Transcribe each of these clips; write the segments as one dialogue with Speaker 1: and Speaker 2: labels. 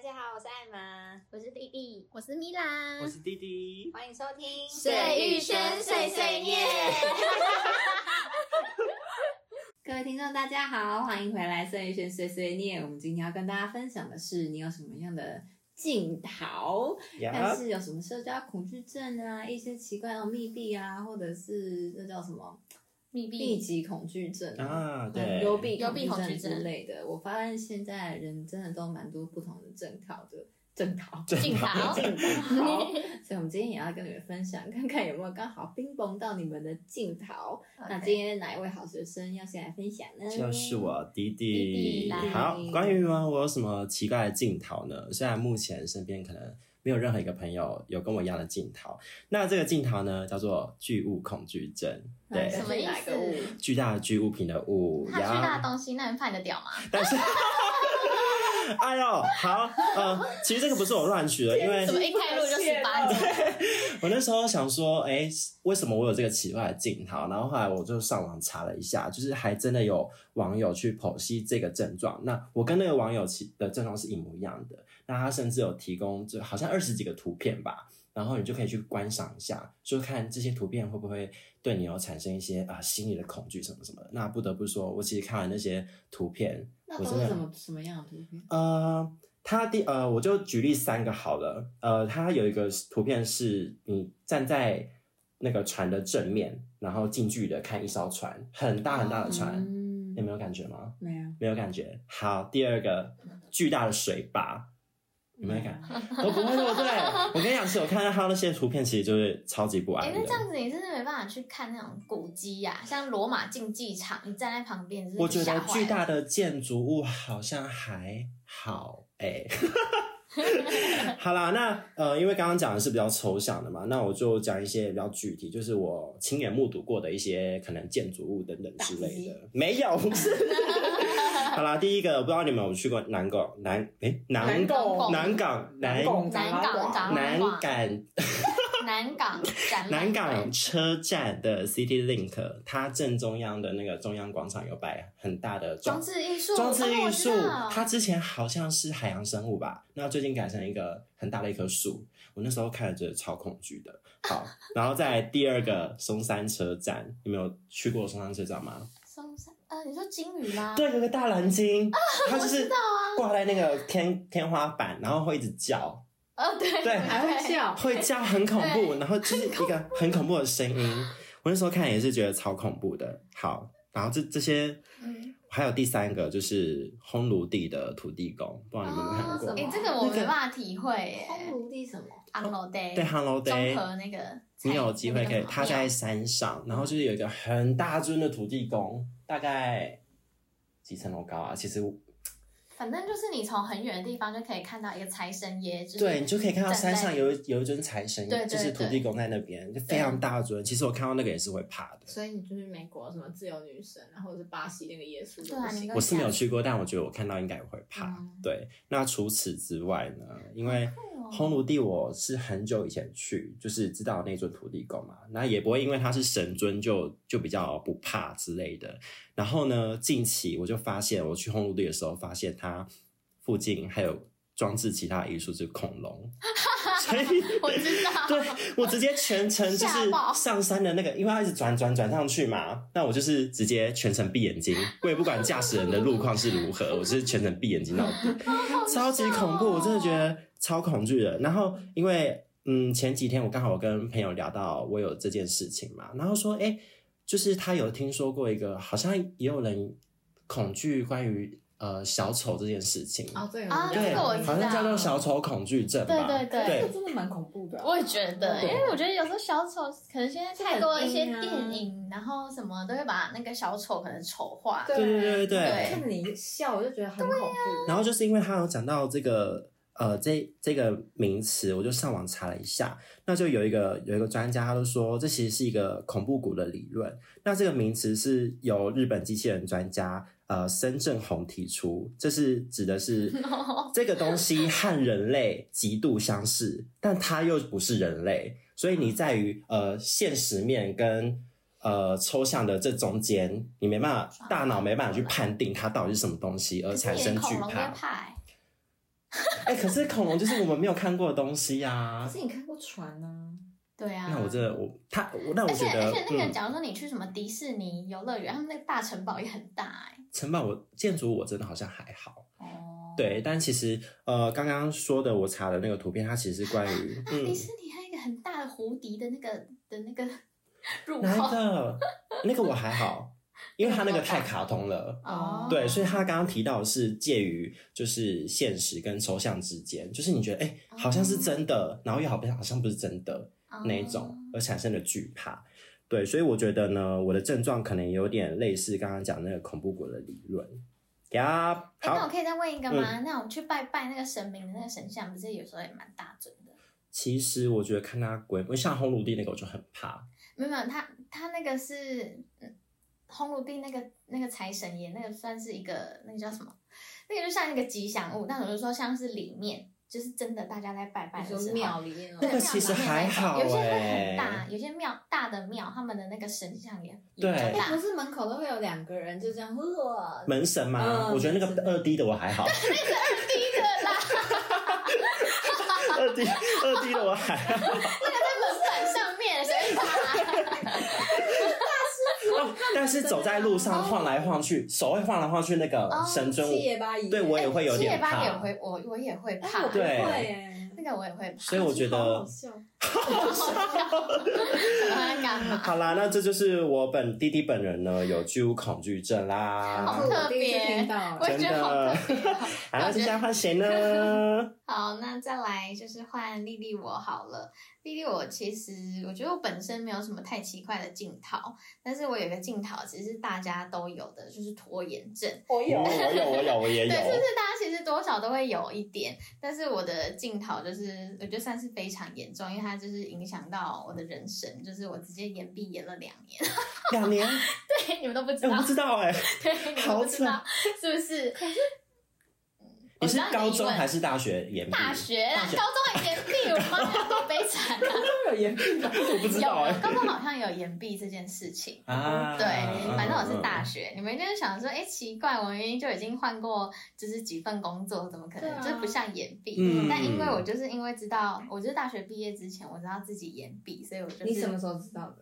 Speaker 1: 家，我是艾玛，
Speaker 2: 我是弟弟，
Speaker 3: 我是米兰
Speaker 4: 我，是弟弟，
Speaker 1: 欢迎收听《
Speaker 2: 水玉轩碎碎念》。
Speaker 5: 各位听众，大家好，欢迎回来《碎一轩碎碎念》。我们今天要跟大家分享的是，你有什么样的镜头？但
Speaker 4: 呀，
Speaker 5: 是有什么社交恐惧症啊，一些奇怪的密闭啊，或者是那叫什么
Speaker 2: 密
Speaker 5: 密
Speaker 2: 闭，
Speaker 5: 集恐惧症
Speaker 4: 啊，
Speaker 5: 嗯
Speaker 4: 对，
Speaker 5: 幽闭
Speaker 2: 幽闭恐
Speaker 5: 恐
Speaker 2: 惧
Speaker 5: 惧
Speaker 2: 症
Speaker 5: 症之类的。我发现现在人真的都蛮多不同的症考的症考。
Speaker 2: 镜头，
Speaker 5: 镜头，所以我们今天也要跟你们分享，看看有没有刚好冰崩到你们的镜头。那今天哪一位好学生要先来分享呢？
Speaker 4: 就是我弟
Speaker 2: 弟弟
Speaker 4: 弟。
Speaker 2: 来
Speaker 4: 好，关于呢，我有什么奇怪的镜头呢？虽然目前身边可能没有任何一个朋友有跟我一样的镜头，那这个镜头呢叫做巨物恐惧症，
Speaker 5: 嗯
Speaker 4: 对，
Speaker 2: 什么意
Speaker 5: 哪个物
Speaker 2: 思？
Speaker 4: 巨大的巨物品的物，
Speaker 2: 他
Speaker 4: 呀
Speaker 2: 巨大的东西，那你怕你的屌吗？
Speaker 4: 但是， 哎呦，好，呃，其实这个不是我乱取的，因为
Speaker 2: 怎么一开录就十八集？
Speaker 4: 我那时候想说，哎、为什么我有这个奇怪的镜头？然后后来我就上网查了一下，就是还真的有网友去剖析这个症状。那我跟那个网友其的症状是一模一样的。那他甚至有提供，就好像二十几个图片吧，然后你就可以去观赏一下，就看这些图片会不会对你有产生一些啊、心理的恐惧什么什么的。那不得不说，我其实看完那些图片，
Speaker 5: 那
Speaker 4: 我
Speaker 5: 都
Speaker 4: 真的
Speaker 5: 是什么什么样的图片？
Speaker 4: 呃，它第呃，我就举例三个好了。呃，它有一个图片是你站在那个船的正面，然后近距离的看一艘船，很大很大的船，
Speaker 5: 嗯
Speaker 4: 你，们有感觉吗？
Speaker 5: 没有，
Speaker 4: 没有感觉。好，第二个巨大的水坝。有没有 感？
Speaker 5: 觉？
Speaker 4: 我不会，对不对？我跟你讲，是我看到他那些图片，其实就是超级不
Speaker 2: 哎、
Speaker 4: 安的。
Speaker 2: 那这样子你真的没办法去看那种古迹呀、像罗马竞技场，你站在旁边，你真
Speaker 4: 我
Speaker 2: 的
Speaker 4: 觉
Speaker 2: 吓
Speaker 4: 得
Speaker 2: 坏
Speaker 4: 巨
Speaker 2: 了。
Speaker 4: 大的建筑物好像还好哎、 好啦，那呃，因为刚刚讲的是比较抽象的嘛，那我就讲一些比较具体，就是我亲眼目睹过的一些可能建筑物等等之类的。没有，不 是。好啦，第一个，我不知道你们有去过南港南诶、南
Speaker 2: 港
Speaker 4: 南港南
Speaker 2: 南港展览馆，
Speaker 4: 南港
Speaker 2: 南港展览馆
Speaker 4: 南港车站的 City Link，它正中央的那个中央广场有摆很大的
Speaker 2: 装
Speaker 4: 装
Speaker 2: 置艺术，
Speaker 4: 装置
Speaker 2: 哦
Speaker 4: 艺
Speaker 2: 我
Speaker 4: 术
Speaker 2: 知道，
Speaker 4: 它之前好像是海洋生物吧，那最近改成一个很大的一棵树，我那时候看了觉得超恐惧的。好，然后再来第二个松山车站，你们有去过松山车站吗？
Speaker 2: 松山呃，你说金鱼吗？
Speaker 4: 对，有个大蓝鲸，
Speaker 2: 啊
Speaker 4: 它就是挂在那个天天花板，然后会一直叫，
Speaker 2: 呃，对
Speaker 4: 对
Speaker 5: 还会 笑，
Speaker 4: 会叫很恐怖，
Speaker 2: 对
Speaker 4: 然后就是一个很恐怖的声音。我那时候看也是觉得超恐怖的。好，然后这这些
Speaker 2: 嗯，
Speaker 4: 还有第三个就是烘炉地的土地公，不知道你们有没有看过？
Speaker 5: 哦
Speaker 2: 哎、这个我
Speaker 4: 那个
Speaker 2: 没办法体会、
Speaker 5: 烘
Speaker 2: 欸。
Speaker 5: 炉地什么？
Speaker 2: 昂楼 day，
Speaker 4: 对，Hello
Speaker 2: 哎综
Speaker 4: Day，
Speaker 2: 合那个，
Speaker 4: 你有机会可以，
Speaker 2: 他
Speaker 4: 它在山上，然后就是有一个很大尊的土地公，大概几层楼高啊？其实
Speaker 2: 反正就是你从很远的地方就可以看到一个财神爷，就是
Speaker 4: 对你就可以看到山上
Speaker 2: 站在
Speaker 4: 有一有一尊财神，
Speaker 2: 对对
Speaker 4: 就是土地公在那边，就非常大尊。其实我看到那个也是会怕的，
Speaker 3: 所以你就是美国什么自由女神，
Speaker 5: 啊
Speaker 3: 然后是巴西那个耶稣
Speaker 2: 对啊，你跟
Speaker 4: 我是没有
Speaker 2: 讲
Speaker 4: 去过，但我觉得我看到应该也会怕。
Speaker 2: 嗯
Speaker 4: 对，那除此之外呢？因 为
Speaker 2: 酷哦
Speaker 4: 烘炉地我是很久以前去，就是知道那尊土地公嘛，那也不会因为他是神尊就就比较不怕之类的。然后呢，近期我就发现，我去烘炉地的时候，发现它附近还有装置其他艺术，就是恐龙， 所以。
Speaker 2: 我知 道，
Speaker 4: 对我直接全程就
Speaker 2: 吓
Speaker 4: 是
Speaker 2: 爆
Speaker 4: 上山的那个，因为它一直转转转上去嘛，那我就是直接全程闭眼睛，我也不管驾驶人的路况是如何，我就是全程闭眼睛到底，超级恐
Speaker 2: 哦
Speaker 4: 怖，我真的觉得超恐惧的。然后因为嗯，前几天我刚好我跟朋友聊到我有这件事情嘛，然后说哎、诶就是他有听说过一个，好像也有人恐惧关于呃小丑这件事情。
Speaker 3: 哦，对
Speaker 2: 啊
Speaker 3: 我们家
Speaker 4: 对，
Speaker 2: 这个我知道
Speaker 4: 好像叫做小丑恐惧症吧。
Speaker 2: 对对对
Speaker 4: 对
Speaker 5: 这个真的蛮恐怖的啊。
Speaker 2: 我也觉得，因
Speaker 4: 对
Speaker 2: 为我觉得有时候小丑，可能现在太多一些
Speaker 5: 这很阴啊
Speaker 2: 电影，然后什么都会把那个小丑可能丑化。
Speaker 4: 对对对对对
Speaker 5: 看着你笑，我就觉得很恐怖。
Speaker 4: 然后就是因为他有讲到这个呃这这个名词，我就上网查了一下，那就有一个有一个专家，他就说这其实是一个恐怖谷的理论。那这个名词是由日本机器人专家呃深正宏提出，这是指的是
Speaker 2: 哦
Speaker 4: 这个东西和人类极度相似，但它又不是人类，所以你在于呃现实面跟。呃，抽象的这中间，你没办法，大脑没办法去判定它到底是什么东西，而
Speaker 2: 可是
Speaker 4: 产
Speaker 2: 连
Speaker 4: 生惧
Speaker 2: 恐龙都
Speaker 4: 怕
Speaker 2: 会。怕欸，
Speaker 4: 哎、可是恐龙就是我们没有看过的东西呀、
Speaker 5: 可是你看过船呢、
Speaker 2: 对啊。
Speaker 4: 那我真的我他我那我
Speaker 2: 而
Speaker 4: 觉
Speaker 2: 且
Speaker 4: 得
Speaker 2: 而且那个，
Speaker 4: 嗯，
Speaker 2: 假如说你去什么迪士尼游乐园，他们那个大城堡也很大哎、
Speaker 4: 城堡我建筑物我真的好像还好。
Speaker 5: 哦，
Speaker 4: 对，但其实呃，刚刚说的我查的那个图片，它其实是关于 嗯
Speaker 2: 迪士尼哎还有一个很大的胡迪的那个的那 个入
Speaker 4: 哪一
Speaker 2: 口哦
Speaker 4: 个？那个我还好，因为它那个太卡通了。
Speaker 2: 哦，
Speaker 4: 对，所以他刚刚提到的是介于就是现实跟抽象之间，就是你觉得哎、诶好像
Speaker 2: 哦
Speaker 4: 是真的，然后又好像好像不是真的那一种，而产生的惧怕。对，所以我觉得呢，我的症状可能有点类似刚刚讲那个恐怖谷的理论。呀、
Speaker 2: 哎、那我
Speaker 4: 好，嗯
Speaker 2: 可以再问一个吗？那我去拜拜那个神明的那个神像，不是有时候也蛮大尊的？
Speaker 4: 其实我觉得看他鬼，因为像红炉地那个我就很怕，
Speaker 2: 没有，没有，他他那个是嗯，红鲁地那个那个财神爷，那个算是一个那个叫什么？那个就像一个吉祥物，但我就说像是里面，就是真的大家在拜拜
Speaker 5: 你
Speaker 2: 的
Speaker 5: 说
Speaker 2: 时候。
Speaker 5: 庙里面哦
Speaker 2: 对
Speaker 4: 那个
Speaker 2: 庙
Speaker 4: 其实
Speaker 2: 里面
Speaker 4: 还
Speaker 2: 那种
Speaker 4: 好
Speaker 2: 有些会
Speaker 4: 欸
Speaker 2: 很大，有些庙大的庙，他们的那个神像也也
Speaker 4: 对
Speaker 2: 比较
Speaker 5: 哎、不
Speaker 2: 大。
Speaker 5: 是门口都会有两个人就这样，哇，
Speaker 4: 门神嘛，
Speaker 5: 嗯
Speaker 4: 我觉得那
Speaker 5: 门
Speaker 4: 个
Speaker 5: 神
Speaker 4: 二 D 的我 还好，
Speaker 2: 第一个啦，
Speaker 4: 二 D 二 D 的我还 好。
Speaker 2: 那个在门板上面，谁会打？
Speaker 4: 哦，但是走在路上晃来晃去，手会晃来晃去，那个
Speaker 2: 哦
Speaker 4: 神尊我
Speaker 5: 七爷八爷，
Speaker 4: 对我也会有
Speaker 2: 七
Speaker 4: 点
Speaker 2: 夜八
Speaker 4: 怕。
Speaker 2: 也会，我我也会
Speaker 5: 哎
Speaker 2: 怕
Speaker 5: 我。不会
Speaker 4: 对
Speaker 5: 耶，
Speaker 2: 那个我也会怕。
Speaker 4: 所以我觉
Speaker 5: 好
Speaker 4: 得
Speaker 5: 好，笑，
Speaker 2: 他在干嘛？
Speaker 4: 好啦，那这就是我本弟弟本人呢有巨物恐惧症啦
Speaker 2: 好。
Speaker 5: 我
Speaker 2: 特别
Speaker 5: 第一次听到
Speaker 2: 我
Speaker 5: 哎
Speaker 2: 也觉得好 特别哦。
Speaker 4: 好，那接下来换 谁呢？
Speaker 2: 好，那再来就是换丽丽我好了。丽丽我其实我觉得我本身没有什么太奇怪的镜头，但是我有一个镜头其实是大家都有的，就是拖延症。
Speaker 5: 我
Speaker 4: 我
Speaker 5: 有，
Speaker 4: 哦我有，我有，我也
Speaker 2: 对，就是
Speaker 4: 有。
Speaker 2: 大家其实多少都会有一点，但是我的镜头就是我觉得算是非常严重，因为它就是影响到我的人生，就是我直接延毕延了两年，
Speaker 4: 两年，
Speaker 2: 对， 你们都不知
Speaker 4: 哎，我
Speaker 2: 道
Speaker 4: 不，知道哎，
Speaker 2: 对，你们不知道
Speaker 4: 好
Speaker 2: 是不是？嗯我
Speaker 4: 你
Speaker 2: 知
Speaker 4: 是
Speaker 2: 道的
Speaker 4: 高中
Speaker 2: 疑问
Speaker 4: 还是大学研毕？
Speaker 2: 大学啦
Speaker 4: 大，学
Speaker 2: 高中还延毕，我妈呀，多悲惨 啊！
Speaker 5: 都有严重的，
Speaker 4: 我不知道
Speaker 2: 有
Speaker 4: 哎
Speaker 2: 有。高中好像有延毕这件事情。
Speaker 4: 啊，
Speaker 2: 对，反正我是大
Speaker 4: 学。
Speaker 2: 学，你们就是想说，哎、奇怪，我明明就已经换过就是几份工作，怎么可能、
Speaker 5: 对啊
Speaker 2: 就不像延毕？
Speaker 4: 嗯
Speaker 2: 但因为我就是因为知道，我就是大学毕业之前我知道自己延毕，所以我就是
Speaker 5: 你什么时候知道的？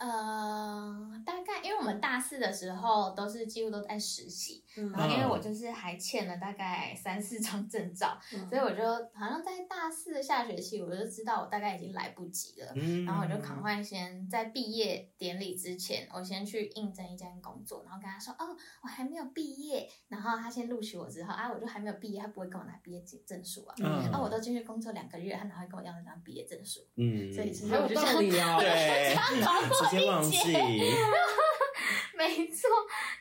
Speaker 2: 呃，大概因为我们大四的时候都是几乎都在实习，
Speaker 5: 嗯
Speaker 2: 然后因为
Speaker 4: 嗯
Speaker 2: 我就是还欠了大概三四张证照，
Speaker 5: 嗯
Speaker 2: 所以我就好像在大四的下学期我就知道我大概已经来不及了。
Speaker 4: 嗯
Speaker 2: 然后我就赶快先在毕业典礼之前，我先去应征一间工作，然后跟他说，哦，我还没有毕业，然后他先录取我之后，啊，我就还没有毕业，他不会跟我拿毕业证证书啊，
Speaker 4: 嗯
Speaker 2: 啊，我都进去工作两个月，他哪会跟我要那张毕业证书？
Speaker 4: 嗯，
Speaker 2: 所以其实
Speaker 5: 还
Speaker 2: 我
Speaker 5: 有
Speaker 2: 就
Speaker 5: 道
Speaker 2: 想，
Speaker 5: 理哦，
Speaker 4: 对，嗯直接忘记。
Speaker 2: 没错，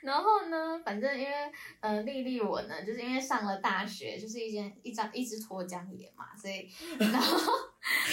Speaker 2: 然后呢，反正因为呃，丽丽我呢，就是因为上了大学，就是一间一张一只脱缰野嘛，所以然后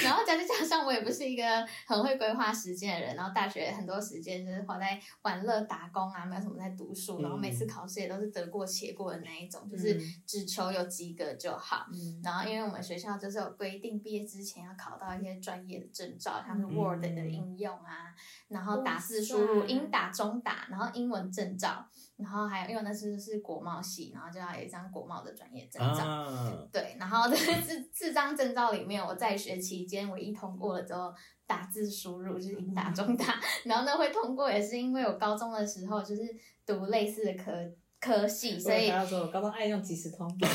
Speaker 2: 然后加再加上我也不是一个很会规划时间的人，然后大学很多时间就是花在玩乐、打工啊，没有什么在读书，然后每次考试也都是得过且过的那一种，就是
Speaker 5: 嗯
Speaker 2: 只求有及格就好。
Speaker 5: 嗯嗯
Speaker 2: 然后，因为我们学校就是有规定，毕业之前要考到一些专业的证照，像是
Speaker 4: 嗯
Speaker 2: Word 的应用啊，然后打字
Speaker 5: 哇塞
Speaker 2: 输入、英打、中打，然后英文证照，然后还有因为我那时是国贸系，然后就要有一张国贸的专业证照。
Speaker 4: 啊，
Speaker 2: 对，然后这 这这张证照里面，我在学期间唯一通过了之后，打字输入就是英打中打，
Speaker 5: 嗯
Speaker 2: 然后呢会通过也是因为我高中的时候就是读类似的科科系，所以
Speaker 5: 我要说，我刚刚爱用即时通，
Speaker 2: 哎、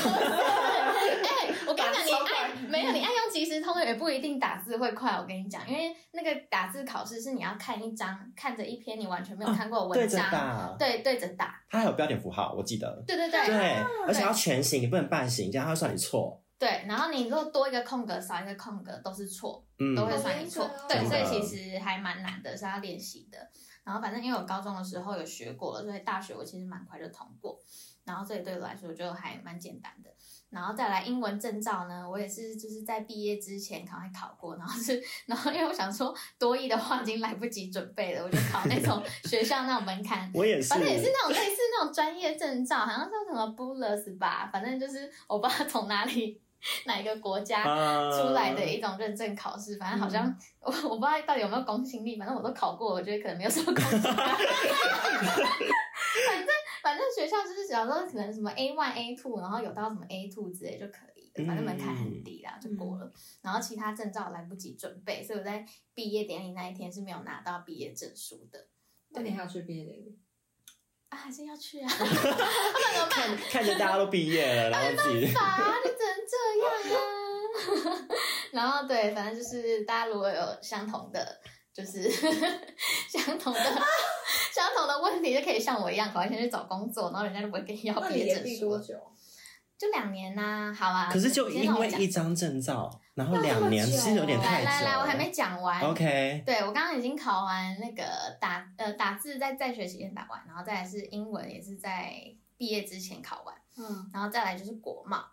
Speaker 2: 我跟你讲，你
Speaker 5: 打超快
Speaker 2: 爱 没有你爱用即时通也不一定打字会快。我跟你讲，因为那个打字考试是你要看一张，看着一篇你完全没有看过的
Speaker 4: 对
Speaker 2: 文
Speaker 4: 着
Speaker 2: 章，
Speaker 4: 打，
Speaker 2: 对对着打，
Speaker 4: 它还有标点符号，我记得。
Speaker 2: 对对对
Speaker 4: 对，而且要全形，你不能半形，这样它会算你错。
Speaker 2: 对然后你如果多一个空格，少一个空格都是错，
Speaker 4: 嗯，
Speaker 2: 都会算你错。
Speaker 5: 好
Speaker 2: 对，
Speaker 5: 严格
Speaker 2: 所
Speaker 4: 哦
Speaker 2: 以其实还蛮难的，是要练习的。然后反正因为我高中的时候有学过了，所以大学我其实蛮快就通过。然后所以对我来说就还蛮简单的。然后再来英文证照呢，我也是就是在毕业之前赶快考过，然后是然后因为我想说多益的话已经来不及准备了，我就考那 种学校那种门槛。
Speaker 4: 我也是，
Speaker 2: 反正也是那种类似那种专业证照，好像叫什么 Bulus 吧，反正就是我不知道从哪里 哪一个国家
Speaker 4: 啊
Speaker 2: 出来
Speaker 3: 嗯
Speaker 2: 的一种认证考试，反正好像、我 我不知道到底有没有公信力，反正我都考过，我觉得可能没有什么公 信力。反正反正学校就是只要说可能什么 A one A two，然后有到什么 A two 之类就可以。的，反正门槛很低啦，
Speaker 3: 嗯
Speaker 2: 就过了。然后其他证照来不及准备，所以我在毕业典礼那一天是没有拿到毕业证书的。
Speaker 5: 那你还要去毕业典礼？
Speaker 2: 啊，还是要去啊，不然怎么办？
Speaker 4: 看着大家都毕业了，然后自 己
Speaker 2: 法啊，就只能这样啊。 然后对，反正就是大家如果有相同的，就是 相同的相同的问题，就可以像我一样，赶快先去找工作，然后人家就不会跟你要
Speaker 3: 那
Speaker 2: 毕
Speaker 3: 你
Speaker 2: 业
Speaker 3: 延
Speaker 2: 证
Speaker 3: 毕
Speaker 2: 书
Speaker 3: 多
Speaker 2: 了。
Speaker 3: 久？
Speaker 2: 就两年呐、好啊。
Speaker 4: 可是就
Speaker 2: 你先
Speaker 4: 因
Speaker 2: 让我
Speaker 4: 为
Speaker 2: 讲
Speaker 4: 一张证照，然后
Speaker 3: 那这么
Speaker 4: 两年，
Speaker 3: 久
Speaker 4: 其实有点太
Speaker 2: 来
Speaker 4: 久了。
Speaker 2: 来来，我还没讲完。
Speaker 4: OK，
Speaker 2: 对，我刚刚已经考完那个打呃打字在在学期间打完，然后再来是英文也是在毕业之前考完，
Speaker 5: 嗯，
Speaker 2: 然后再来就是国贸。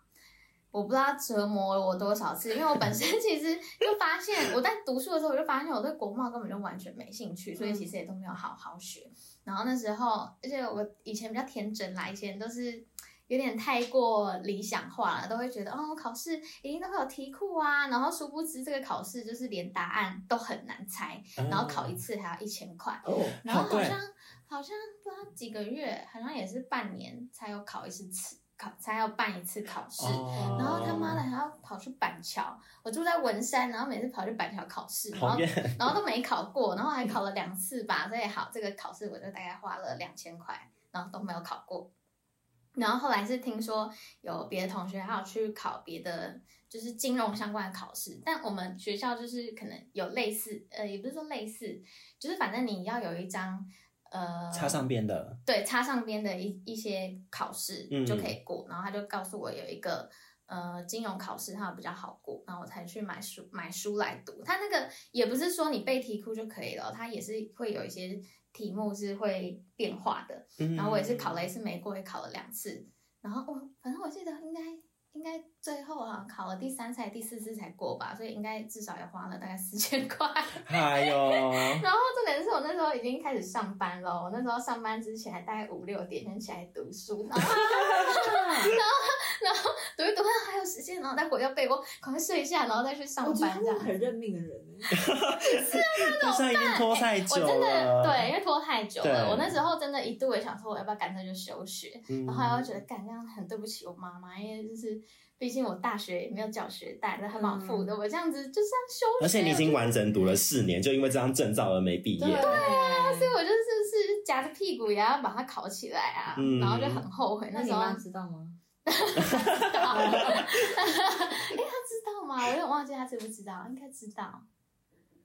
Speaker 2: 我不知道折磨了我多少次，因为我本身 其实就发现我在读书的时候，我就发现我对国贸根本就完全没兴趣，所以其实也都没有好好学。然后那时候，而且我以前比较天真啦，以前都是有点太过理想化了，都会觉得哦，考试一定都会有题库啊，然后殊不知这个考试就是连答案都很难猜，
Speaker 4: 然
Speaker 2: 然后考一次还要一千块，
Speaker 3: 哦，
Speaker 2: 然后
Speaker 4: 好
Speaker 2: 好
Speaker 4: 贵
Speaker 2: 像好像不知道几个月，好像也是半年才有考一次次考，才有办一次考试。
Speaker 4: 哦
Speaker 2: 然后他妈的还要跑去板桥，我住在文山，然后每次跑去板桥考试，然
Speaker 4: 好
Speaker 2: 后
Speaker 4: 远，
Speaker 2: 然后都没考过，然后还考了两次吧，所以好，这个考试我就大概花了两千块，然后都没有考过。然后后来是听说有别的同学还有去考别的，就是金融相关的考试，但我们学校就是可能有类似，呃，也不是说类似，就是反正你要有一张，呃，
Speaker 4: 插上边的，
Speaker 2: 对，插上边的一一些考试
Speaker 4: 嗯
Speaker 2: 就可以过。然后他就告诉我有一个呃金融考试，它比较好过，然后我才去买书买书来读。它那个也不是说你背题库就可以了，它也是会有一些题目是会变化的。
Speaker 4: 嗯
Speaker 2: 然后我也是考了一次没过，也考了两次。然后我反正我记得应该应该最后好像考了第三次还是第四次才过吧，所以应该至少也花了大概四千块。
Speaker 4: 哎呦，
Speaker 2: 然后重点是我那时候已经开始上班了，我那时候上班之前还大概五六点先起来读书，然后然后读一读，然后还有时间，然后再回到被窝，赶快睡一下，然后再去上
Speaker 5: 我觉得
Speaker 2: 班
Speaker 5: 他
Speaker 2: 这
Speaker 5: 们
Speaker 2: 样。
Speaker 5: 很认命的人欸
Speaker 4: 不是已经拖太久
Speaker 2: 哎我真
Speaker 4: 了，
Speaker 2: 的对，因为拖太久了，
Speaker 4: 对
Speaker 2: 我那时候真的一度也想说，我要不要干脆就休学？
Speaker 4: 嗯
Speaker 2: 然后后来我觉得干这样很对不起我妈妈，因为就是毕竟我大学也没有缴学贷，然后她帮我付的，我这样子就这样休学。
Speaker 4: 嗯而且你已经
Speaker 2: 我就
Speaker 4: 完整读了四年，就因为这张证照而没毕业，
Speaker 5: 啊，所以
Speaker 2: 所以我就是是夹着屁股也要把它考起来啊，
Speaker 4: 嗯
Speaker 2: 然后就很后悔。
Speaker 5: 那
Speaker 2: 那
Speaker 5: 你
Speaker 2: 时候
Speaker 5: 妈知道吗？
Speaker 2: 道。哎、他知道吗？我有点忘记他知不知道，应该知道。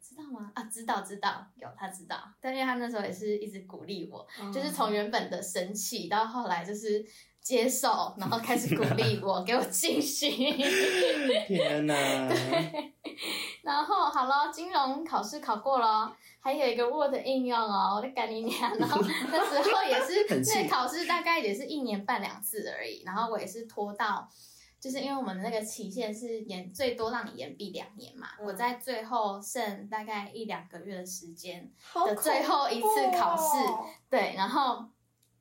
Speaker 2: 知道吗？啊，知道知道，有他知道，但因为他那时候也是一直鼓励我，就是从原本的生气到后来就是接受，然后开始鼓励我，给我信心。
Speaker 4: 天哪！
Speaker 2: 然后好了，金融考试考过了，还有一个 Word 应用哦，我的干你娘！然后那时候也是
Speaker 4: 很气
Speaker 2: 那考试大概也是一年半两次而已，然后我也是拖到，就是因为我们那个期限是延最多让你延毕两年嘛，
Speaker 5: 嗯
Speaker 2: 我在最后剩大概一两个月的时间，
Speaker 3: 好
Speaker 2: 的最
Speaker 3: 恐
Speaker 2: 后一次
Speaker 3: 怖
Speaker 2: 考试
Speaker 3: 哦
Speaker 2: 对，然后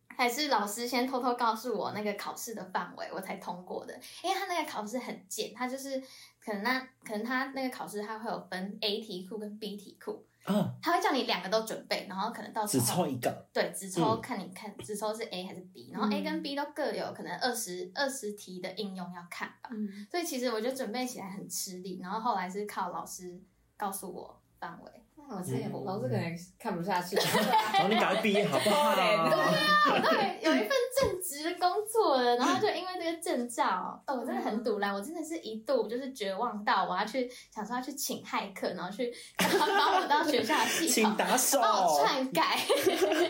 Speaker 2: 还是老师先偷偷告诉我那个考试的范围，我才通过的。因为他那个考试很贱，他就是可能那可能他那个考试他会有分 A 题库跟 B 题库，
Speaker 4: 啊，
Speaker 2: 他会叫你两个都准备，然后可能到时
Speaker 4: 只
Speaker 2: 候
Speaker 4: 抽一 个，
Speaker 2: 对只抽
Speaker 4: 嗯
Speaker 2: 看你看只抽是 A 还是 B，然后 A 跟 B 都各有可能二十二十题的应用要看吧。
Speaker 5: 嗯，
Speaker 2: 所以其实我就准备起来很吃力，然后后来是靠老师告诉我范围。
Speaker 5: 那老师也
Speaker 4: 嗯
Speaker 5: 老师可能看不下 去，哦
Speaker 4: 然后你赶快毕业好不好？
Speaker 2: 对，有一份正职的工作了，然后就因为这个证照，哦，我真的很堵然，我真的是一度就是绝望到我要去想说要去请骇客，然后去然后帮我到学校的系
Speaker 4: 请
Speaker 2: 统，
Speaker 4: 打手，
Speaker 2: 帮我篡改，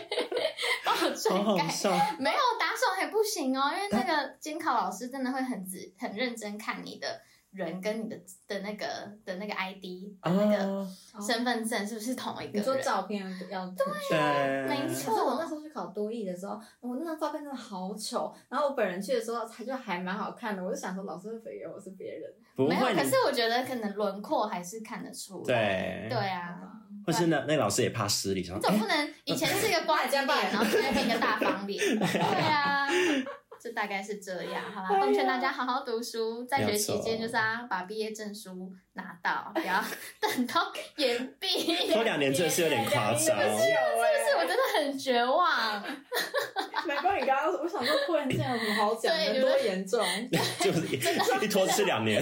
Speaker 2: 帮我
Speaker 4: 好
Speaker 2: 篡
Speaker 4: 好
Speaker 2: 改。
Speaker 4: 笑，
Speaker 2: 没有打手还不行哦，因为那个监考老师真的会很仔很认真看你的人跟你的的那个的那个 ID 的啊那个
Speaker 4: 啊，
Speaker 2: 身份证是不是同一
Speaker 5: 哦
Speaker 2: 个
Speaker 5: 你说
Speaker 2: 人？
Speaker 5: 照片要对
Speaker 4: 对，
Speaker 2: 没
Speaker 5: 可
Speaker 2: 错
Speaker 5: 是我那时候去考多艺的时候，我那张照片真的好丑，然后我本人去的时候，他就还蛮好看的，我就想说老师会不会以为我是别人？
Speaker 4: 不
Speaker 2: 没有，
Speaker 4: 会，
Speaker 2: 可
Speaker 4: 你
Speaker 2: 是我觉得可能轮廓还是看得出来。
Speaker 4: 对
Speaker 2: 对，啊，
Speaker 4: 或是那那老师也怕失礼，想
Speaker 2: 你
Speaker 4: 说
Speaker 2: 总
Speaker 4: 哎
Speaker 2: 不能以前是一个瓜子脸，然后现在变一个大方脸。 对啊，哎这大概是这样，好吧？奉劝大家好好读书，在学期间就是啊，把毕业证书拿到，不要等到延 毕。
Speaker 4: 哎拖两年真的是有点夸张
Speaker 3: 有
Speaker 2: 但是我真的很绝望，
Speaker 3: 难怪你刚刚，我想说拖延症有什么好讲 的，
Speaker 2: 对
Speaker 3: 多严重，
Speaker 4: 就是一一拖吃两年。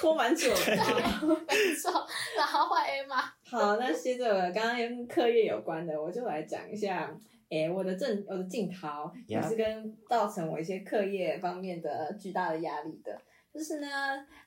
Speaker 3: 拖蛮久的。
Speaker 2: 没错，然后换 A 嘛，
Speaker 3: 好，那接着我刚刚跟课业有关的，我就来讲一下。诶，我的正我的镜头也
Speaker 4: Yeah
Speaker 3: 是跟造成我一些课业方面的巨大的压力的。就是呢，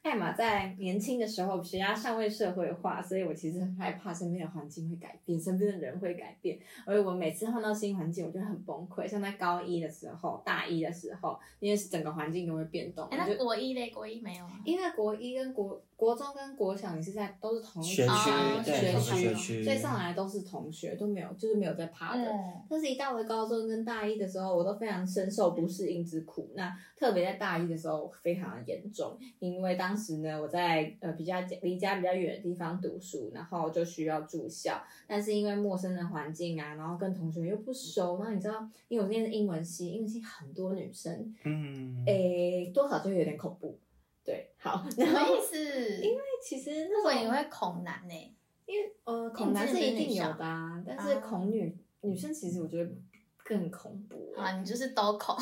Speaker 3: 艾玛在年轻的时候，学她尚未社会化，所以我其实很害怕身边的环境会改变，身边的人会改变。而我每次换到新环境，我就很崩溃。像在高一的时候，大一的时候，因为整个环境都会变动，
Speaker 2: 哎，
Speaker 3: 我就
Speaker 2: 那国一嘞，国一没有吗？
Speaker 3: 因为国一跟国国中跟国小你是在都是同一
Speaker 4: 学
Speaker 3: 个
Speaker 4: 区
Speaker 2: 哦
Speaker 4: 对
Speaker 3: 学
Speaker 2: 同
Speaker 3: 区，
Speaker 2: 学
Speaker 4: 区
Speaker 3: 所以上来都是同学，都没有就是没有在爬的。
Speaker 2: 嗯，
Speaker 3: 但是，一到了高中跟大一的时候，我都非常深受不适应之苦。那特别在大一的时候非常的严重，因为当时呢，我在呃比较离家比较远的地方读书，然后就需要住校。但是因为陌生的环境啊，然后跟同学又不熟，然后你知道，因为我念的是英文系，英文系很多女生，
Speaker 4: 嗯，
Speaker 3: 诶、多少就有点恐怖。对，好，
Speaker 2: 什
Speaker 3: 然
Speaker 2: 么
Speaker 3: 后
Speaker 2: 意思？
Speaker 3: 因为其实那
Speaker 2: 我以
Speaker 3: 种
Speaker 2: 为恐男呢，
Speaker 3: 因为呃，恐男是一定有的、啊，但是
Speaker 2: 啊
Speaker 3: 恐女、女生其实我觉得更恐怖、
Speaker 2: 啊，你就是都 恐，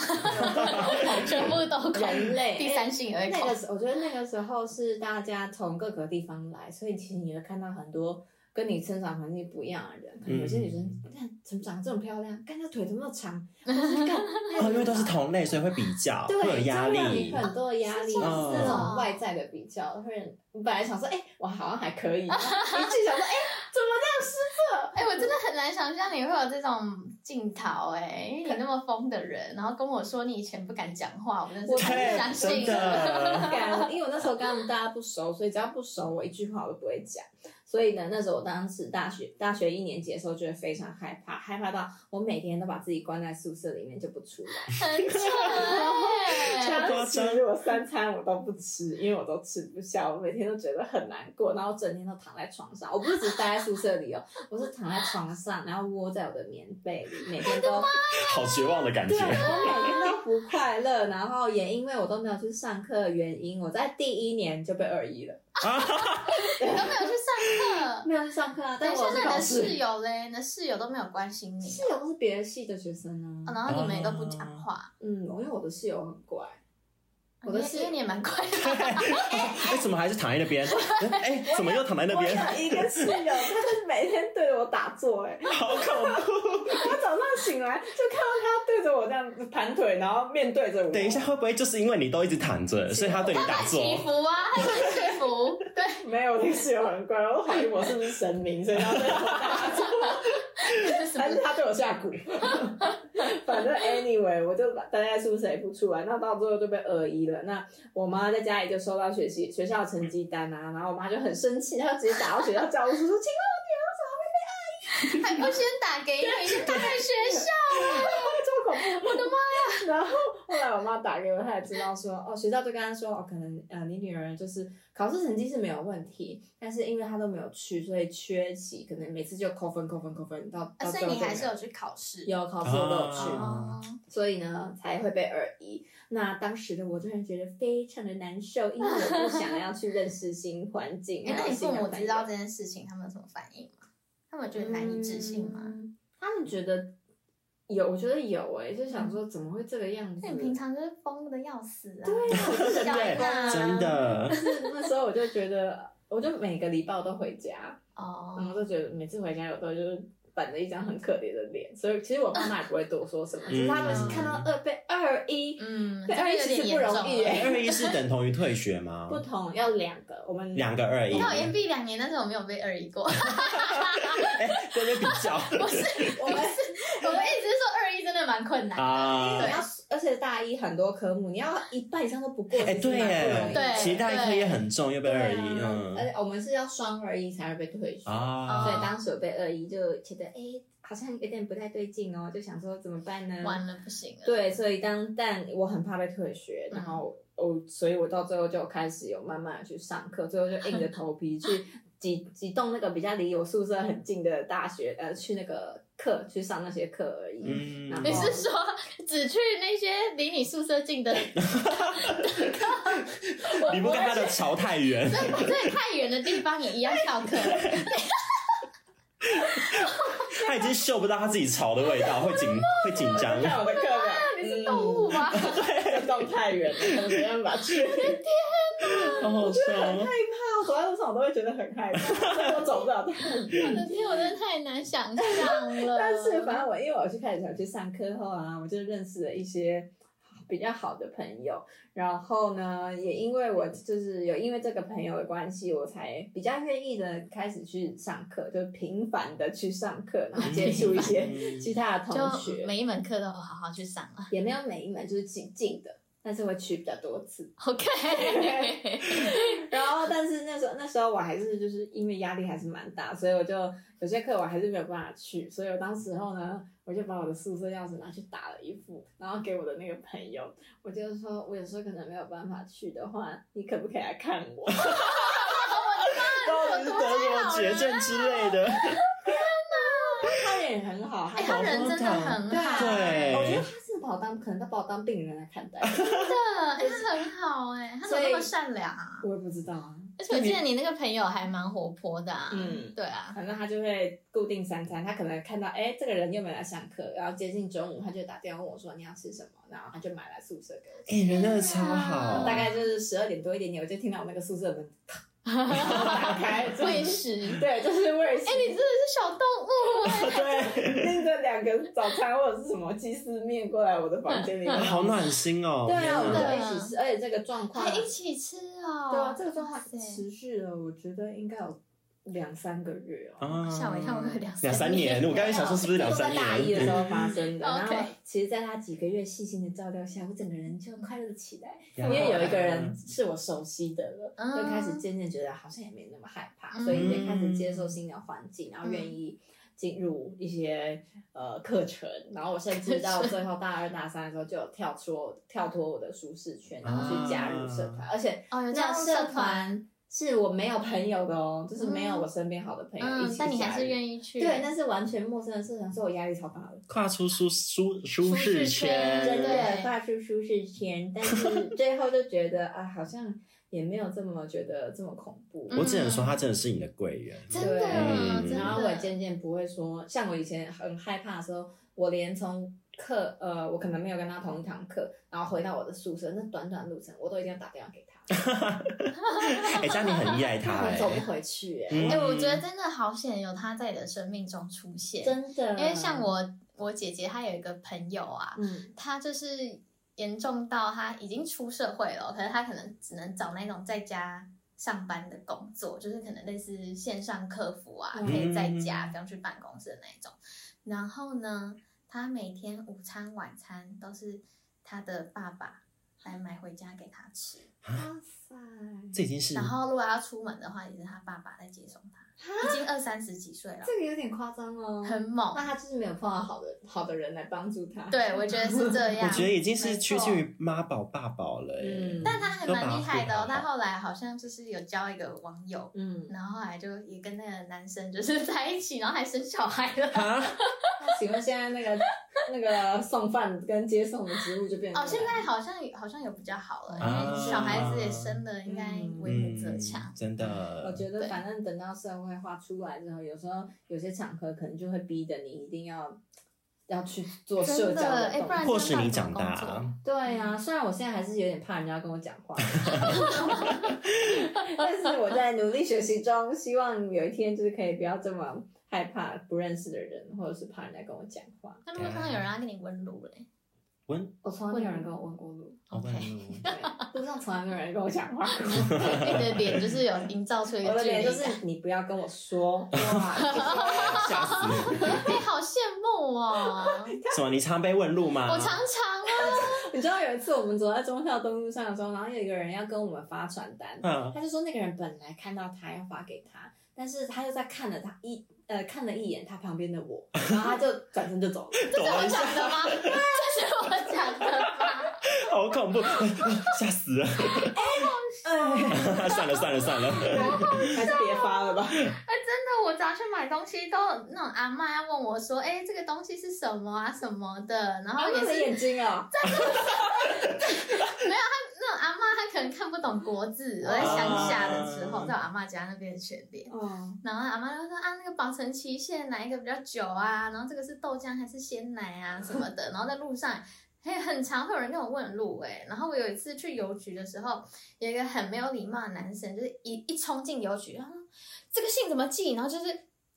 Speaker 2: 全部都恐，
Speaker 3: 人类
Speaker 2: 第三性而
Speaker 3: 那个
Speaker 2: 恐，
Speaker 3: 时，我觉得那个时候是大家从各个地方来，所以其实你会看到很多跟你生长环境不一样的人。可能有些女生，
Speaker 4: 嗯
Speaker 3: 看怎么长得这么漂亮，看她腿怎么那么长，或者是干
Speaker 4: 哦，因为都是同类，所以会比较，会
Speaker 3: 对，
Speaker 4: 有压
Speaker 3: 真的让你
Speaker 4: 力。
Speaker 3: 很多的压力，
Speaker 2: 是
Speaker 4: 这
Speaker 3: 就是
Speaker 4: 样子
Speaker 3: 那
Speaker 2: 哦
Speaker 3: 种外在的比较，会让你本来想说，哎、我好像还可以，然后一去想说，哎、怎么这样失色？
Speaker 2: 哎、我真的很难想象你会有这种镜头哎、因为你那么疯的人，然后跟我说你以前不敢讲话，我真的是
Speaker 3: 我
Speaker 2: 不敢
Speaker 4: 对
Speaker 2: 相，
Speaker 4: 真
Speaker 2: 信。
Speaker 4: 的。
Speaker 3: 敢，因为我那时候跟他们大家不熟，所以只要不熟，我一句话我都不会讲。所以呢，那时候我当时大学大学一年级的时候，觉得非常害怕，害怕到我每天都把自己关在宿舍里面就不出 来。
Speaker 2: 很 扯哎、
Speaker 4: 这么夸张
Speaker 3: 当时我三餐我都不吃，因为我都吃不下，我每天都觉得很难过，然后整天都躺在床上。我不是只待在宿舍里哦，我是躺在床上，然后窝在我的棉被里，每 天都
Speaker 4: 好绝望的 感觉
Speaker 3: 对，。我每天都不快乐，然后也因为我都没有去上课的原因，我在第一年就被二一了，
Speaker 2: 你都没有去上课。
Speaker 3: 没有去上课啊。
Speaker 2: 等
Speaker 3: 但
Speaker 2: 一
Speaker 3: 我
Speaker 2: 下，那
Speaker 3: 有去
Speaker 2: 你
Speaker 3: 考
Speaker 2: 的
Speaker 3: 试，
Speaker 2: 室友嘞？你的室友都没有关心你
Speaker 3: 室友都是别的系的学生
Speaker 2: 哦、
Speaker 3: 啊。
Speaker 2: 然后你们也都不讲话，
Speaker 3: 嗯，因为我的室友很乖，我
Speaker 2: 你
Speaker 3: 的
Speaker 2: 也
Speaker 3: 室
Speaker 2: 因为你也蛮乖 的。
Speaker 4: 哎，怎么还是躺在那边？哎，怎么又躺在那边？
Speaker 3: 一个室友，他就每天对着我打坐、哎，
Speaker 4: 好恐怖！
Speaker 3: 我早上醒来就看到他对着我这样子盘腿，然后面对着我。
Speaker 4: 等一下，，会不会就是因为你都一直躺着，所以他对你打
Speaker 2: 祈
Speaker 4: 坐？
Speaker 2: 福啊，他在祈福。对，
Speaker 3: 没有，我那个室友很乖，我都怀疑我是不是神明，所以他对我打坐。
Speaker 2: 这是什
Speaker 3: 还是
Speaker 2: 么？
Speaker 3: 他对我下蛊。 反正 anyway，我就待在宿舍也不出来，那到最后就被恶一了。那我妈在家里就收到学习学校成绩单啊，然后我妈就很生气，她就直接打到学校教务处说：“请 问
Speaker 2: 还不先打给你，就打给学校。
Speaker 3: 超恐怖！我的妈呀！然后后来我妈打给我，她也知道说，哦，学校就跟她说，哦，可能呃，你女儿就是考试成绩是没有问题，但是因为她都没有去，所以缺席，可能每次就扣分、扣分、扣分，到
Speaker 2: 啊
Speaker 3: 到
Speaker 2: 所
Speaker 3: 最
Speaker 2: 以
Speaker 3: 后
Speaker 2: 你
Speaker 3: 就
Speaker 2: 还
Speaker 3: 没
Speaker 2: 是有去考试。
Speaker 3: 有考试我都有去。
Speaker 4: 啊
Speaker 2: 哦，
Speaker 3: 所以呢才会被二一。那当时的我真的觉得非常的难受，因为我不想要去认识新环 境。
Speaker 2: 哎，那
Speaker 3: 然
Speaker 2: 你
Speaker 3: 后新
Speaker 2: 父
Speaker 3: 的
Speaker 2: 母
Speaker 3: 朋
Speaker 2: 知道
Speaker 3: 友
Speaker 2: 这件事情，他们有什么反应吗？他们觉得难以置信吗？
Speaker 3: 嗯他们觉得有，我觉得有哎、就想说怎么会这个样子
Speaker 2: 嗯那？你平常就是疯的要死啊！
Speaker 3: 对啊，我就
Speaker 2: 小
Speaker 3: 很
Speaker 2: 孩
Speaker 3: 难过
Speaker 2: 啊
Speaker 3: 啊
Speaker 4: 对， 真。的。
Speaker 3: 那时候我就觉得，我就每个礼拜我都回家，然
Speaker 2: 哦，
Speaker 3: 后就觉得每次回家有时候就是。板着一张很可怜的脸，所以其实我爸妈也不会多说什么，就是他们
Speaker 2: 嗯
Speaker 3: 看到二被二一，
Speaker 2: 嗯，
Speaker 3: 被
Speaker 2: 这个
Speaker 3: 二一
Speaker 2: 有
Speaker 3: 其
Speaker 2: 点
Speaker 3: 实不
Speaker 2: 严重
Speaker 3: 容易
Speaker 2: 了。
Speaker 3: 哎、
Speaker 4: 二一是等同于退学吗？
Speaker 3: 不同要两个，我们
Speaker 4: 两个二一
Speaker 2: 你，看我延毕两年，但是我没有被二一 过。
Speaker 4: 哎，这边比较
Speaker 2: 不是，
Speaker 3: 我
Speaker 2: 我
Speaker 3: 们
Speaker 2: 的意思是说二一真的蛮困
Speaker 3: 嗯
Speaker 2: 难的。
Speaker 4: 啊
Speaker 3: 你。要，而且大一很多科目，你要一半以上都不过，
Speaker 4: 哎，
Speaker 3: 其实
Speaker 4: 对
Speaker 3: 蛮不容易
Speaker 4: 耶
Speaker 3: 的
Speaker 2: 对，
Speaker 4: 其实大一课也很重，又被
Speaker 3: 对啊
Speaker 4: 二一，嗯
Speaker 3: 而且我们是要双二一才会被退学，所以
Speaker 4: 啊，
Speaker 3: 当时我被二一就觉得，哎，好像有点不太对劲哦，就想说怎么办呢？
Speaker 2: 完了不行了。
Speaker 3: 对，所以当但我很怕被退学，
Speaker 2: 嗯
Speaker 3: 然后我、所以我到最后就开始有慢慢的去上课，最后就 硬着头皮去几几栋那个比较离我宿舍很近的大学，呃，去那个课去上那些课而已。
Speaker 4: 嗯
Speaker 3: 然后
Speaker 2: 你是说只去那些离你宿舍近的？
Speaker 4: 离不开他的朝太远，
Speaker 2: 对，太远的地方也一样翘课。
Speaker 4: 他已经嗅不到他自己潮的味道，会紧会紧 张。
Speaker 3: 看我的课表，
Speaker 2: 啊你是动物 吗？
Speaker 3: 嗯，动太远了，没办法 去。
Speaker 4: 好好笑
Speaker 3: 害
Speaker 4: 哦。
Speaker 3: 怕，我走在路上我都会觉得很害怕， 所以我走不了太远。
Speaker 2: 我的天，我真的太难想象了。
Speaker 3: 但是反正我因为我去开始想去上课后啊，我就认识了一些比较好的朋友，然后呢，也因为我就是有因为这个朋友的关系，我才比较愿意的开始去上课，就频繁的去上课，然后接触 一些
Speaker 4: 嗯
Speaker 3: 其他的同
Speaker 2: 就
Speaker 3: 学，
Speaker 2: 每一门课都好好去上了。
Speaker 3: 也没有每一门就是紧进的，但是会去比较多次。
Speaker 2: OK，
Speaker 3: 然后，但是那时候那时候我还是就是因为压力还是蛮大，所以我就有些课我还是没有办法去，所以我当时候呢，我就把我的宿舍钥匙拿去打了一副，然后给我的那个朋友，我就说，我有时候可能没有办法去的话，你可不可以来看我？
Speaker 4: 到底是得什么绝症之类的？
Speaker 3: 他人也很好，
Speaker 2: 哎，
Speaker 3: 他
Speaker 2: 他
Speaker 3: 好
Speaker 2: 人真的很好，
Speaker 3: 对
Speaker 4: 对
Speaker 3: 我觉得他是把我当可能他把我当病人来看待，
Speaker 2: 真的，哎他很好哎，他怎么那么善良啊？
Speaker 3: 我也不知道啊，
Speaker 2: 而且我记得你那个朋友还蛮活泼的啊。
Speaker 3: 嗯
Speaker 2: 对 啊，
Speaker 3: 反正他就会固定三餐，他可能看到哎、诶这个人又没来上课，然后接近中午，他就打电话问我说你要吃什么，然后他就买来宿舍给我吃。
Speaker 4: 哎、人真的超好，
Speaker 3: 大概就是十二点多一点点，我就听到我那个宿舍门打开，就是
Speaker 2: 喂食。
Speaker 3: 对，就是喂食
Speaker 2: 哎，你真的是小动物哎，
Speaker 4: 对，
Speaker 3: 拎着两个早餐或者是什么鸡丝面过来我的房间里面
Speaker 4: 啊， 好暖心哦。
Speaker 3: 对啊，我
Speaker 4: 天
Speaker 3: 们
Speaker 4: 哪
Speaker 2: 对
Speaker 3: 就一起吃，而且这个状况，
Speaker 2: 哎还一
Speaker 3: 对
Speaker 2: 起吃哦。
Speaker 3: 啊，这个状况
Speaker 2: 哇塞
Speaker 3: 持续了，我觉得应该有两三个月哦。
Speaker 4: 啊
Speaker 2: 吓我一跳，我有两
Speaker 4: 两三年，我刚才想说是不是两
Speaker 3: 都
Speaker 4: 三
Speaker 3: 在大一的
Speaker 4: 年？
Speaker 3: 时候发生的，然
Speaker 2: OK
Speaker 3: 后其实，在他几个月细心的照料下，我整个人就快乐的起来，因
Speaker 4: 呀
Speaker 3: 为有一个
Speaker 4: 嗯
Speaker 3: 人是我熟悉的了，
Speaker 2: 嗯
Speaker 3: 就开始渐渐觉得好像也没那么害怕，
Speaker 2: 嗯
Speaker 3: 所以也开始接受新的环境，然后愿意进入一些呃课程，然后我甚至到最后大二大三的时候就有跳出跳脱我的舒适圈，然后去加入社团，而且
Speaker 2: 哦，有这
Speaker 3: 那
Speaker 2: 样
Speaker 3: 社
Speaker 2: 社团，
Speaker 3: 团是我没有朋友的哦，就是没有我身边好的朋友一
Speaker 2: 嗯
Speaker 3: 起，加
Speaker 2: 但
Speaker 3: 入。
Speaker 2: 你还是愿意去。
Speaker 3: 对，那是完全陌生的市场，所以我压力超大的。
Speaker 4: 跨出舒舒舒适
Speaker 2: 嗯
Speaker 3: 真
Speaker 4: 圈，
Speaker 3: 的跨出舒适圈，但 是最后就觉得啊，好像也没有这么觉得这么恐怖。
Speaker 4: 我只能说他真的是你的贵人。
Speaker 2: 嗯真的，啊
Speaker 4: 嗯
Speaker 2: 真的。
Speaker 3: 然后我也渐渐不会说，像我以前很害怕的时候，我连从课呃，我可能没有跟他同一堂课，然后回到我的宿舍，那短短路程我都一定要打电话给他，
Speaker 4: 哎、这样你很依赖他
Speaker 3: 我
Speaker 4: 哎、
Speaker 3: 走不回去、欸，
Speaker 4: 嗯
Speaker 2: 哎、我觉得真的好险有他在你的生命中出现，
Speaker 3: 真的。
Speaker 2: 因为像，我我姐姐她有一个朋友啊，
Speaker 3: 嗯，
Speaker 2: 她就是严重到她已经出社会了，可是她可能只能找那种在家上班的工作，就是可能类似线上客服啊，
Speaker 3: 嗯
Speaker 2: 可以在家不用去办公室的那一种。然后呢，她每天午餐晚餐都是她的爸爸来买回家给她吃，
Speaker 4: 啊
Speaker 3: 哇塞，
Speaker 4: 这已经是
Speaker 2: 然后如果要出门的话，也是她爸爸在接送她，已经二三十几岁了。
Speaker 3: 这个有点夸张哦。
Speaker 2: 很猛，
Speaker 3: 那他就是没有碰到好的好的人来帮助他。
Speaker 2: 对，我觉得是这样。
Speaker 4: 我觉得已经是
Speaker 2: 没
Speaker 4: 趋
Speaker 2: 错
Speaker 4: 近于妈宝爸宝了、哎
Speaker 3: 嗯
Speaker 2: 但他还蛮厉害的哦。
Speaker 4: 都
Speaker 2: 他
Speaker 4: 把它顾好
Speaker 2: 后来好像就是有交一个网友，
Speaker 3: 嗯，
Speaker 2: 然后后来就也跟那个男生就是在一起，然后还生小孩 了。
Speaker 4: 啊，
Speaker 3: 那 请问现在那个那个送饭跟接送的职务就变成
Speaker 2: 哦，现在好像好像有比较好了，因
Speaker 4: 啊
Speaker 2: 为小孩子也生了，应该为母则强
Speaker 4: 嗯。真的，
Speaker 3: 我觉得
Speaker 2: 对
Speaker 3: 反正等到社会化出来之后，有时候有些场合可能就会逼得你一定要要去做社
Speaker 2: 真
Speaker 3: 交
Speaker 2: 的，
Speaker 3: 的动
Speaker 2: 哎，不然
Speaker 3: 作。
Speaker 4: 迫使你
Speaker 2: 这样
Speaker 4: 长
Speaker 2: 怎么
Speaker 4: 大
Speaker 2: 工作。
Speaker 3: 对呀、虽然我现在还是有点怕人家跟我讲 话，但是我在努力学习中，希望有一天就是可以不要这么害怕不认识的人，或者是怕人家跟我讲话。
Speaker 2: 那如果看到有人要跟你问路嘞
Speaker 4: 温
Speaker 3: 我从来没有人跟我问过路，
Speaker 4: 我问
Speaker 2: ，OK，
Speaker 4: 你
Speaker 3: 对路上从来没有人跟我讲话。
Speaker 2: 你的脸就是有营造出一
Speaker 3: 我
Speaker 2: 个
Speaker 3: 的
Speaker 2: 距
Speaker 3: 脸
Speaker 2: 离
Speaker 3: 就是
Speaker 2: 感。
Speaker 3: 你不要跟我 说话，
Speaker 4: 吓死！
Speaker 2: 哎，好羡慕哦！
Speaker 4: 什么？你常被问路吗？
Speaker 2: 我常常啊，
Speaker 3: 你知道有一次我们走在忠孝东路上的时候，然后有一个人要跟我们发传单，
Speaker 4: 嗯
Speaker 3: 他就说那个人本来看到他要发给他，但是他又在看了他一呃看了一眼他旁边的我，然后他就转身就走了。
Speaker 4: 抖
Speaker 2: 我
Speaker 4: 一下，
Speaker 2: 讲的吗？ 这是我讲的吗？
Speaker 4: 好恐怖，吓死了！
Speaker 3: 哎，
Speaker 4: 算了算了算了，
Speaker 3: 还是别发 了吧。
Speaker 2: 哎，真的，我只要去买东西，都有那种阿嬷要问我说：“哎、这个东西是什么啊，什么的。”然后也
Speaker 3: 你的
Speaker 2: 是
Speaker 3: 眼睛啊，
Speaker 2: 那种阿嬷，她可很看不懂国字，我在乡下的时候，在我阿妈家那边全联，
Speaker 3: 哦，
Speaker 2: 然后阿妈就说啊，那个保存期限哪一个比较久啊？然后这个是豆浆还是鲜奶啊什么的。然后在路上，嘿，很常会有人跟我问路哎、然后我有一次去邮局的时候，有一个很没有礼貌的男生，就是一一冲进邮局，然后这个信怎么寄？然后就是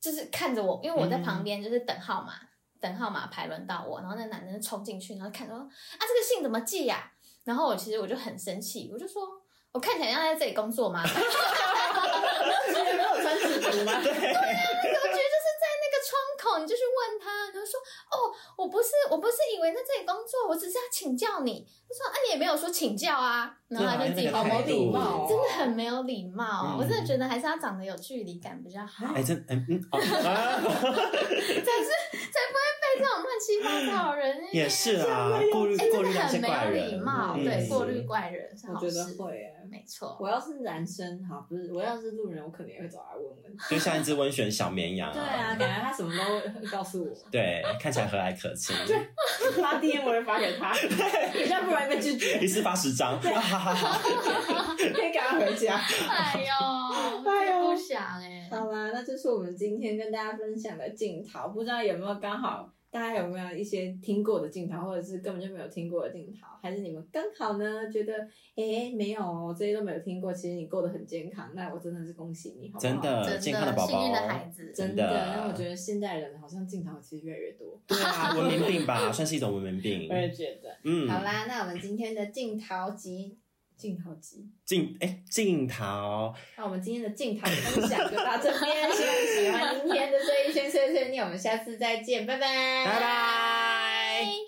Speaker 2: 就是看着我，因为我在旁边就是等号码，等号码牌轮到我，然后那男生冲进去，然后看着我啊，这个信怎么寄呀、然后我其实我就很生气，我就说我看起来像在这里工作吗？
Speaker 3: 你没有穿制服
Speaker 2: 啊
Speaker 3: 吗？
Speaker 2: 我觉得就是在那个窗口，你就去问他，然后说：“哦，我不是，我不是以为在这里工作，我只是要请教你。”他说：“啊，你也没有说请教 啊。”然后他就自己
Speaker 4: 对啊那个
Speaker 2: 跑
Speaker 3: 好没礼貌哦
Speaker 2: 真的很没有礼貌啊、
Speaker 4: 嗯
Speaker 2: 我真的觉得还是要长得有距离感比较好，
Speaker 4: 哎，真嗯嗯哦啊，
Speaker 2: 被这种乱七八糟的人
Speaker 4: 也是啊，过滤
Speaker 2: 哎
Speaker 4: 过
Speaker 2: 真
Speaker 4: 滤
Speaker 2: 的
Speaker 4: 那些
Speaker 2: 很没
Speaker 4: 怪
Speaker 2: 有礼
Speaker 4: 人，
Speaker 2: 貌，
Speaker 4: 嗯
Speaker 2: 对，过滤怪人是
Speaker 3: 我
Speaker 2: 好
Speaker 3: 觉
Speaker 2: 事，
Speaker 3: 得会耶。
Speaker 2: 没错。
Speaker 3: 我要是男生，好，不是，我要是路人，我肯定也会找他问问。
Speaker 4: 就像一只温顺小绵羊，
Speaker 3: 对啊，感，觉他什么都会告诉我。
Speaker 4: 对，看起来和蔼可亲，
Speaker 3: 发 DM 我会发给 他，比较不容易被拒绝，
Speaker 4: 一次八十张，哈哈哈哈。
Speaker 3: 可以赶快回家。
Speaker 2: 哎呦，
Speaker 3: 哎呦
Speaker 2: 我不想哎、
Speaker 4: 呃
Speaker 3: 好啦，那就是我们今天跟大家分享的镜头，不知道有没有刚好。大家有没有一些听过的镜头，或者是根本就没有听过的镜头？还是你们刚好呢觉得，诶，没有哦，这些都没有听过，其实你过得很健康，那我真的是恭喜你，好不好？
Speaker 4: 真的
Speaker 2: 真
Speaker 4: 健康的宝宝
Speaker 2: 幸运的孩子，
Speaker 4: 真
Speaker 3: 真
Speaker 4: 的
Speaker 3: 那我觉得现代人好像镜头其实越来越多。
Speaker 4: 对啊，文明病吧，算是一种文明 病。
Speaker 3: 觉得。
Speaker 4: 嗯，
Speaker 3: 好啦，那我们今天的镜头集，镜头集，
Speaker 4: 镜哎镜头，
Speaker 3: 那我们今天的镜头分享就 到这边，希望你喜欢今天的这一圈碎碎念，我们下次再见，拜拜，
Speaker 4: 拜拜。
Speaker 2: 拜